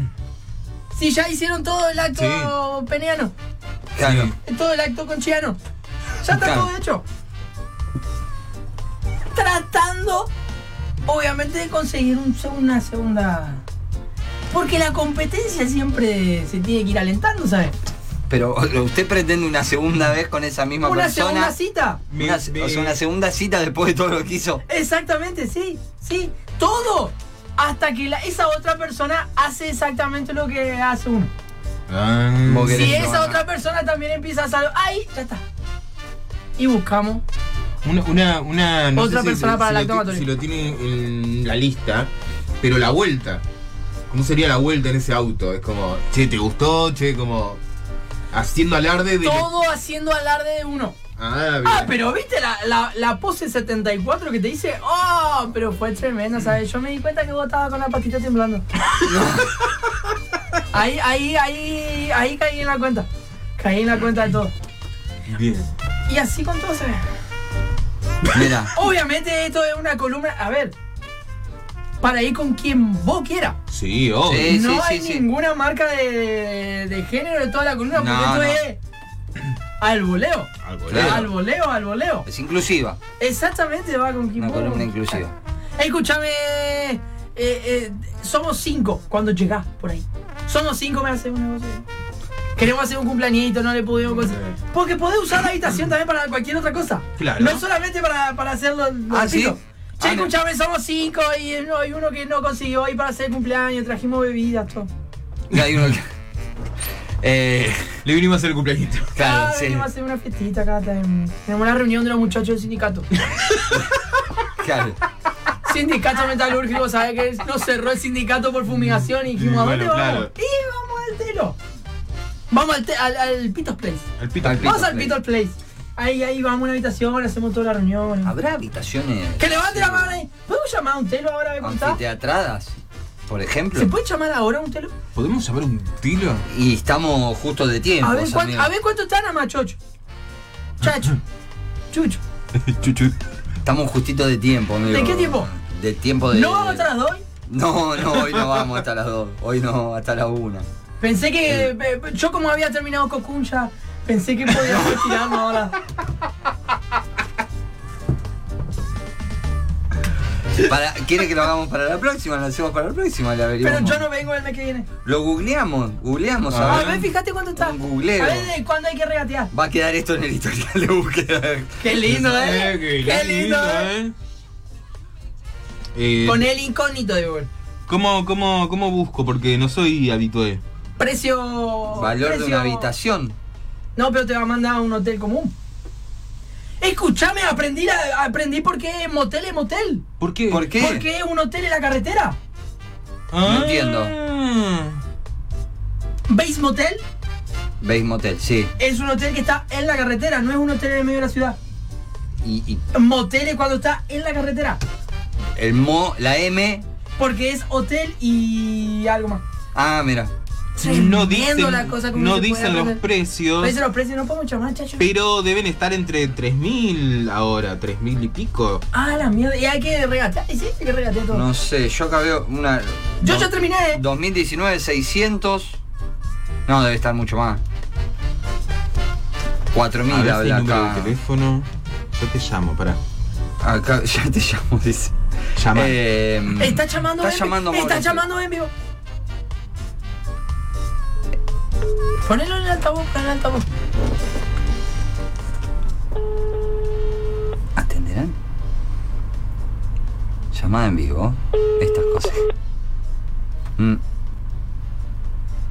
[SPEAKER 2] Si ya hicieron todo el acto
[SPEAKER 3] Sí.
[SPEAKER 2] peniano,
[SPEAKER 1] Claro.
[SPEAKER 2] todo el acto conchiano. Ya está
[SPEAKER 1] Claro.
[SPEAKER 2] todo hecho. Tratando, obviamente, de conseguir un seg- una segunda. Porque la competencia siempre se tiene que ir alentando, ¿sabes?
[SPEAKER 1] Pero usted pretende una segunda vez con esa misma
[SPEAKER 2] Una segunda
[SPEAKER 1] persona.
[SPEAKER 2] cita.
[SPEAKER 3] Me-
[SPEAKER 1] Una, se-
[SPEAKER 3] me-
[SPEAKER 1] o sea, una segunda cita después de todo lo que hizo.
[SPEAKER 2] Exactamente, sí, sí. Todo. Hasta que la- esa otra persona hace exactamente lo que hace uno.
[SPEAKER 3] Ah.
[SPEAKER 1] Vos
[SPEAKER 2] Si
[SPEAKER 1] querés, no,
[SPEAKER 2] esa
[SPEAKER 1] no.
[SPEAKER 2] otra persona también empieza a saludar, ahí ya está. Y buscamos.
[SPEAKER 3] Una, una, una no
[SPEAKER 2] Otra
[SPEAKER 3] sé si-
[SPEAKER 2] persona
[SPEAKER 3] si,
[SPEAKER 2] para
[SPEAKER 3] lo
[SPEAKER 2] la
[SPEAKER 3] ti-
[SPEAKER 2] toma, Tony.
[SPEAKER 3] Si lo tiene en la lista, pero la vuelta. ¿Cómo sería la vuelta en ese auto? Es como, che, ¿te gustó? Che, como haciendo alarde de...
[SPEAKER 2] Todo haciendo alarde de uno.
[SPEAKER 3] Ah, bien.
[SPEAKER 2] Ah, pero viste la, la, la pose 74 que te dice, oh, pero fue tremendo, ¿sabes? Yo me di cuenta que vos estabas con la patita temblando. Ahí, ahí, ahí, ahí caí en la cuenta. Caí en la cuenta de todo.
[SPEAKER 3] Bien.
[SPEAKER 2] Y así con todo se ve.
[SPEAKER 1] Mirá.
[SPEAKER 2] Obviamente esto es una columna, a ver, para ir con quien vos quieras.
[SPEAKER 3] Sí, oh.
[SPEAKER 1] Sí,
[SPEAKER 2] no
[SPEAKER 1] sí,
[SPEAKER 2] hay
[SPEAKER 1] sí, sí.
[SPEAKER 2] ninguna marca de, de- de género de toda la columna,
[SPEAKER 1] No,
[SPEAKER 2] porque esto
[SPEAKER 1] no.
[SPEAKER 2] es al voleo.
[SPEAKER 1] Claro.
[SPEAKER 2] Al voleo, al voleo.
[SPEAKER 1] Es inclusiva.
[SPEAKER 2] Exactamente va con quien
[SPEAKER 1] Una
[SPEAKER 2] vos.
[SPEAKER 1] columna inclusiva.
[SPEAKER 2] Escúchame, eh, eh, somos cinco cuando llegás por ahí. Somos cinco, me hace un negocio. Queremos hacer un cumpleañito, no le pudimos conseguir. Porque podés usar la habitación también para cualquier otra cosa.
[SPEAKER 3] Claro.
[SPEAKER 2] No solamente para, para hacerlo.
[SPEAKER 1] Ah, ¿sí?
[SPEAKER 2] Che,
[SPEAKER 1] Ah, no.
[SPEAKER 2] escuchame, somos cinco y eh, no, hay uno que no consiguió ir para hacer el cumpleaños, trajimos bebidas, todo.
[SPEAKER 1] Y hay uno que- Eh,
[SPEAKER 3] Le vinimos a hacer el cumpleañito.
[SPEAKER 1] claro,
[SPEAKER 2] ah,
[SPEAKER 1] sí.
[SPEAKER 2] venimos a hacer una fiestita acá. ten- Tenemos una reunión de los muchachos del sindicato.
[SPEAKER 1] Claro.
[SPEAKER 2] sindicato metalúrgico, ¿sabes qué? Nos cerró el sindicato por fumigación y dijimos, ¿a dónde
[SPEAKER 3] Bueno,
[SPEAKER 2] vamos?
[SPEAKER 3] claro.
[SPEAKER 2] Y vamos al telo. Vamos al, te- al, al Pito's Place.
[SPEAKER 3] Al pito.
[SPEAKER 1] Al pito.
[SPEAKER 2] vamos al
[SPEAKER 1] Place.
[SPEAKER 2] Pito's Place. Ahí, ahí vamos a una habitación, hacemos toda la reunión.
[SPEAKER 1] ¿Habrá habitaciones
[SPEAKER 2] Que levante la mano ahí. ¿Podemos llamar a un telo ahora? a ver cómo está?
[SPEAKER 1] anfiteatradas? Por ejemplo.
[SPEAKER 2] ¿Se puede llamar ahora a un telo?
[SPEAKER 3] ¿Podemos llamar un tilo?
[SPEAKER 1] Y estamos justo de tiempo.
[SPEAKER 2] A ver,
[SPEAKER 1] Samir.
[SPEAKER 2] cuánto, a ver cuánto están, amachocho. Chacho. Chucho.
[SPEAKER 3] Chuchu.
[SPEAKER 1] Estamos justito de tiempo, amigo.
[SPEAKER 2] ¿De qué tiempo?
[SPEAKER 1] De tiempo de.
[SPEAKER 2] ¿No vamos a las dos?
[SPEAKER 1] No, no, hoy no vamos hasta las dos. Hoy no, hasta la una.
[SPEAKER 2] Pensé que. eh, yo, como había terminado Cocoon ya, pensé que podíamos retirarnos ahora.
[SPEAKER 1] Para, ¿Quiere que lo hagamos para la próxima? Lo hacemos para la próxima, le
[SPEAKER 2] Pero
[SPEAKER 1] averiguamos.
[SPEAKER 2] yo no vengo el mes que viene.
[SPEAKER 1] Lo googleamos, googleamos.
[SPEAKER 3] Ah,
[SPEAKER 1] a
[SPEAKER 2] A
[SPEAKER 1] ver.
[SPEAKER 2] ver, fíjate cuánto está.
[SPEAKER 1] Un googleo.
[SPEAKER 2] A ver de cuándo hay que regatear.
[SPEAKER 1] Va a quedar esto en el historial de búsqueda.
[SPEAKER 2] Qué lindo, eh. Qué lindo, eh.
[SPEAKER 3] Eh,
[SPEAKER 2] Con el incógnito de Google.
[SPEAKER 3] ¿cómo, cómo, ¿Cómo busco? Porque no soy habitué.
[SPEAKER 2] Precio.
[SPEAKER 1] Valor de
[SPEAKER 2] precio-
[SPEAKER 1] una habitación.
[SPEAKER 2] No, pero te va a mandar a un hotel común. Escuchame, aprendí, la- aprendí por qué motel es motel.
[SPEAKER 3] ¿Por qué?
[SPEAKER 1] ¿Por qué?
[SPEAKER 2] ¿Por qué es un hotel en la carretera?
[SPEAKER 3] Ah.
[SPEAKER 1] No entiendo.
[SPEAKER 2] Base Motel
[SPEAKER 1] Base Motel, sí.
[SPEAKER 2] es un hotel que está en la carretera, no es un hotel en el medio de la ciudad.
[SPEAKER 1] Y, y
[SPEAKER 2] Motel es cuando está en la carretera.
[SPEAKER 1] el mo, la M.
[SPEAKER 2] Porque es hotel y algo más.
[SPEAKER 1] Ah, mira.
[SPEAKER 2] Tremendo
[SPEAKER 3] No dicen,
[SPEAKER 2] la cosa como
[SPEAKER 3] no
[SPEAKER 2] se puede
[SPEAKER 3] dicen los
[SPEAKER 2] aprender.
[SPEAKER 3] precios,
[SPEAKER 2] Pero dicen los precios, no podemos llamar, chacho.
[SPEAKER 3] pero deben estar entre 3.000 ahora, 3.000 y pico.
[SPEAKER 2] Ah, la mierda. Y hay que regatear. Y sí, hay que regatear todo.
[SPEAKER 1] No sé, yo acá veo una.
[SPEAKER 2] Yo
[SPEAKER 1] dos-
[SPEAKER 2] ya terminé. ¿eh?
[SPEAKER 1] 2019, 600. No, debe estar mucho más.
[SPEAKER 3] A
[SPEAKER 1] 4000
[SPEAKER 3] ver si hay
[SPEAKER 1] habla
[SPEAKER 3] número
[SPEAKER 1] acá.
[SPEAKER 3] de teléfono. Yo te llamo, pará.
[SPEAKER 1] Acá ya te llamo, dice.
[SPEAKER 3] Llama.
[SPEAKER 1] Eh,
[SPEAKER 2] Está llamando
[SPEAKER 1] está
[SPEAKER 2] en vivo.
[SPEAKER 1] llamando
[SPEAKER 2] Está
[SPEAKER 1] Mauricio.
[SPEAKER 2] llamando en vivo. Ponelo en el altavoz, en el altavoz.
[SPEAKER 1] ¿Atenderán? Llamada ¿eh? en vivo. Estas cosas. Mm.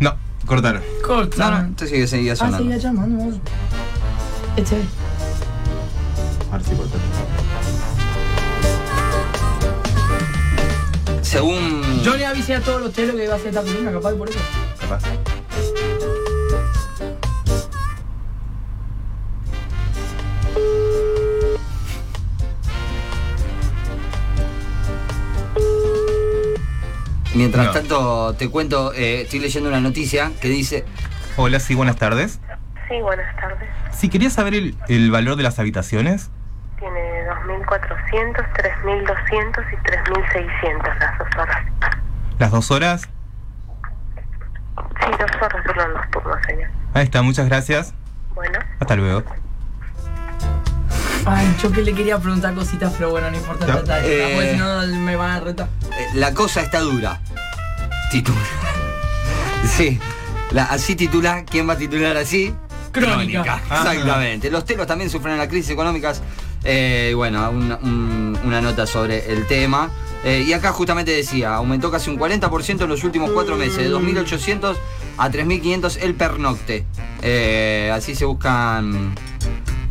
[SPEAKER 3] No, cortaron.
[SPEAKER 1] No,
[SPEAKER 2] Corta.
[SPEAKER 1] no, entonces sigue, seguía
[SPEAKER 2] ah, seguía
[SPEAKER 1] sonando.
[SPEAKER 2] llamando. Este.
[SPEAKER 3] A ver si cortaron.
[SPEAKER 1] Según.
[SPEAKER 2] Yo le avisé a todos los telos que iba a hacer esta película, capaz por eso.
[SPEAKER 3] Capaz.
[SPEAKER 1] Mientras
[SPEAKER 3] No.
[SPEAKER 1] tanto, te cuento, eh, estoy leyendo una noticia que dice.
[SPEAKER 6] Hola, sí, buenas tardes.
[SPEAKER 7] Sí, buenas tardes.
[SPEAKER 6] Si quería saber el, el valor de las habitaciones,
[SPEAKER 7] Tiene 2.400, 3.200 y 3.600 las dos horas.
[SPEAKER 6] las dos horas.
[SPEAKER 7] Sí, dos horas duran los turnos, señor.
[SPEAKER 6] Ahí está, muchas gracias.
[SPEAKER 7] Bueno,
[SPEAKER 6] Hasta luego.
[SPEAKER 2] Ay, yo que le quería preguntar cositas, pero bueno, no importa.
[SPEAKER 3] Ya,
[SPEAKER 2] Ya, está, ya está,
[SPEAKER 1] eh.
[SPEAKER 2] porque si no me van a retar.
[SPEAKER 1] eh, la cosa está dura. Titula. sí. La- así titula. ¿Quién va a titular así?
[SPEAKER 2] Crónica. Ah.
[SPEAKER 1] Exactamente. Los telos también sufren las crisis económicas. Eh, bueno, un- un- una nota sobre el tema. Eh, y acá justamente decía, aumentó casi un 40% en los últimos cuatro meses, de 2.800 a 3.500 el pernocte. Eh, así se buscan...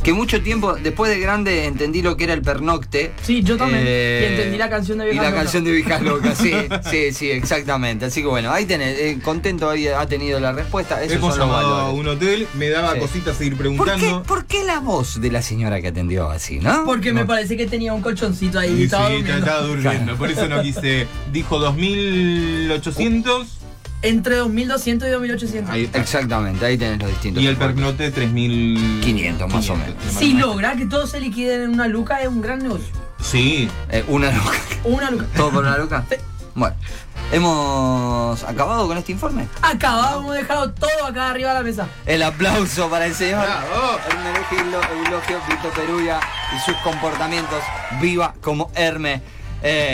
[SPEAKER 1] Que mucho tiempo, después de grande, entendí lo que era el pernocte.
[SPEAKER 2] Sí, yo también.
[SPEAKER 1] Eh,
[SPEAKER 2] y entendí la canción de
[SPEAKER 1] Y
[SPEAKER 2] Viejas
[SPEAKER 1] la
[SPEAKER 2] Locas.
[SPEAKER 1] canción de Viejas Locas, sí, sí, sí, exactamente. Así que bueno, ahí tenés, eh, contento ahí ha tenido la respuesta. Esos
[SPEAKER 3] Hemos
[SPEAKER 1] son los
[SPEAKER 3] llamado a
[SPEAKER 1] valores.
[SPEAKER 3] un hotel, me daba
[SPEAKER 1] Sí.
[SPEAKER 3] cositas seguir
[SPEAKER 1] ¿Por qué,
[SPEAKER 3] preguntando.
[SPEAKER 1] por qué la voz de la señora que atendió así, no?
[SPEAKER 2] Porque me parece que tenía un colchoncito ahí.
[SPEAKER 3] Y
[SPEAKER 2] estaba
[SPEAKER 3] sí,
[SPEAKER 2] durmiendo.
[SPEAKER 3] estaba durmiendo, por eso no quise. Dijo 2800.
[SPEAKER 2] Entre 2200 y 2800.
[SPEAKER 3] Ahí está.
[SPEAKER 1] Exactamente, ahí tenés los distintos.
[SPEAKER 3] Y el
[SPEAKER 1] importes.
[SPEAKER 3] pernote 3500
[SPEAKER 1] más o menos.
[SPEAKER 2] Si lograr que todos se liquiden en una luca es un gran negocio.
[SPEAKER 3] Sí.
[SPEAKER 1] Eh, una loca.
[SPEAKER 2] Una luca.
[SPEAKER 1] ¿Todo por una loca?
[SPEAKER 2] Sí.
[SPEAKER 1] Bueno, ¿hemos acabado con este informe?
[SPEAKER 2] Acabamos, hemos dejado todo acá arriba de la mesa.
[SPEAKER 1] El aplauso para el señor
[SPEAKER 3] Bravo.
[SPEAKER 1] Hermes Gildo, Eulogio Vito Perugia y sus comportamientos. Viva como Hermes. Eh,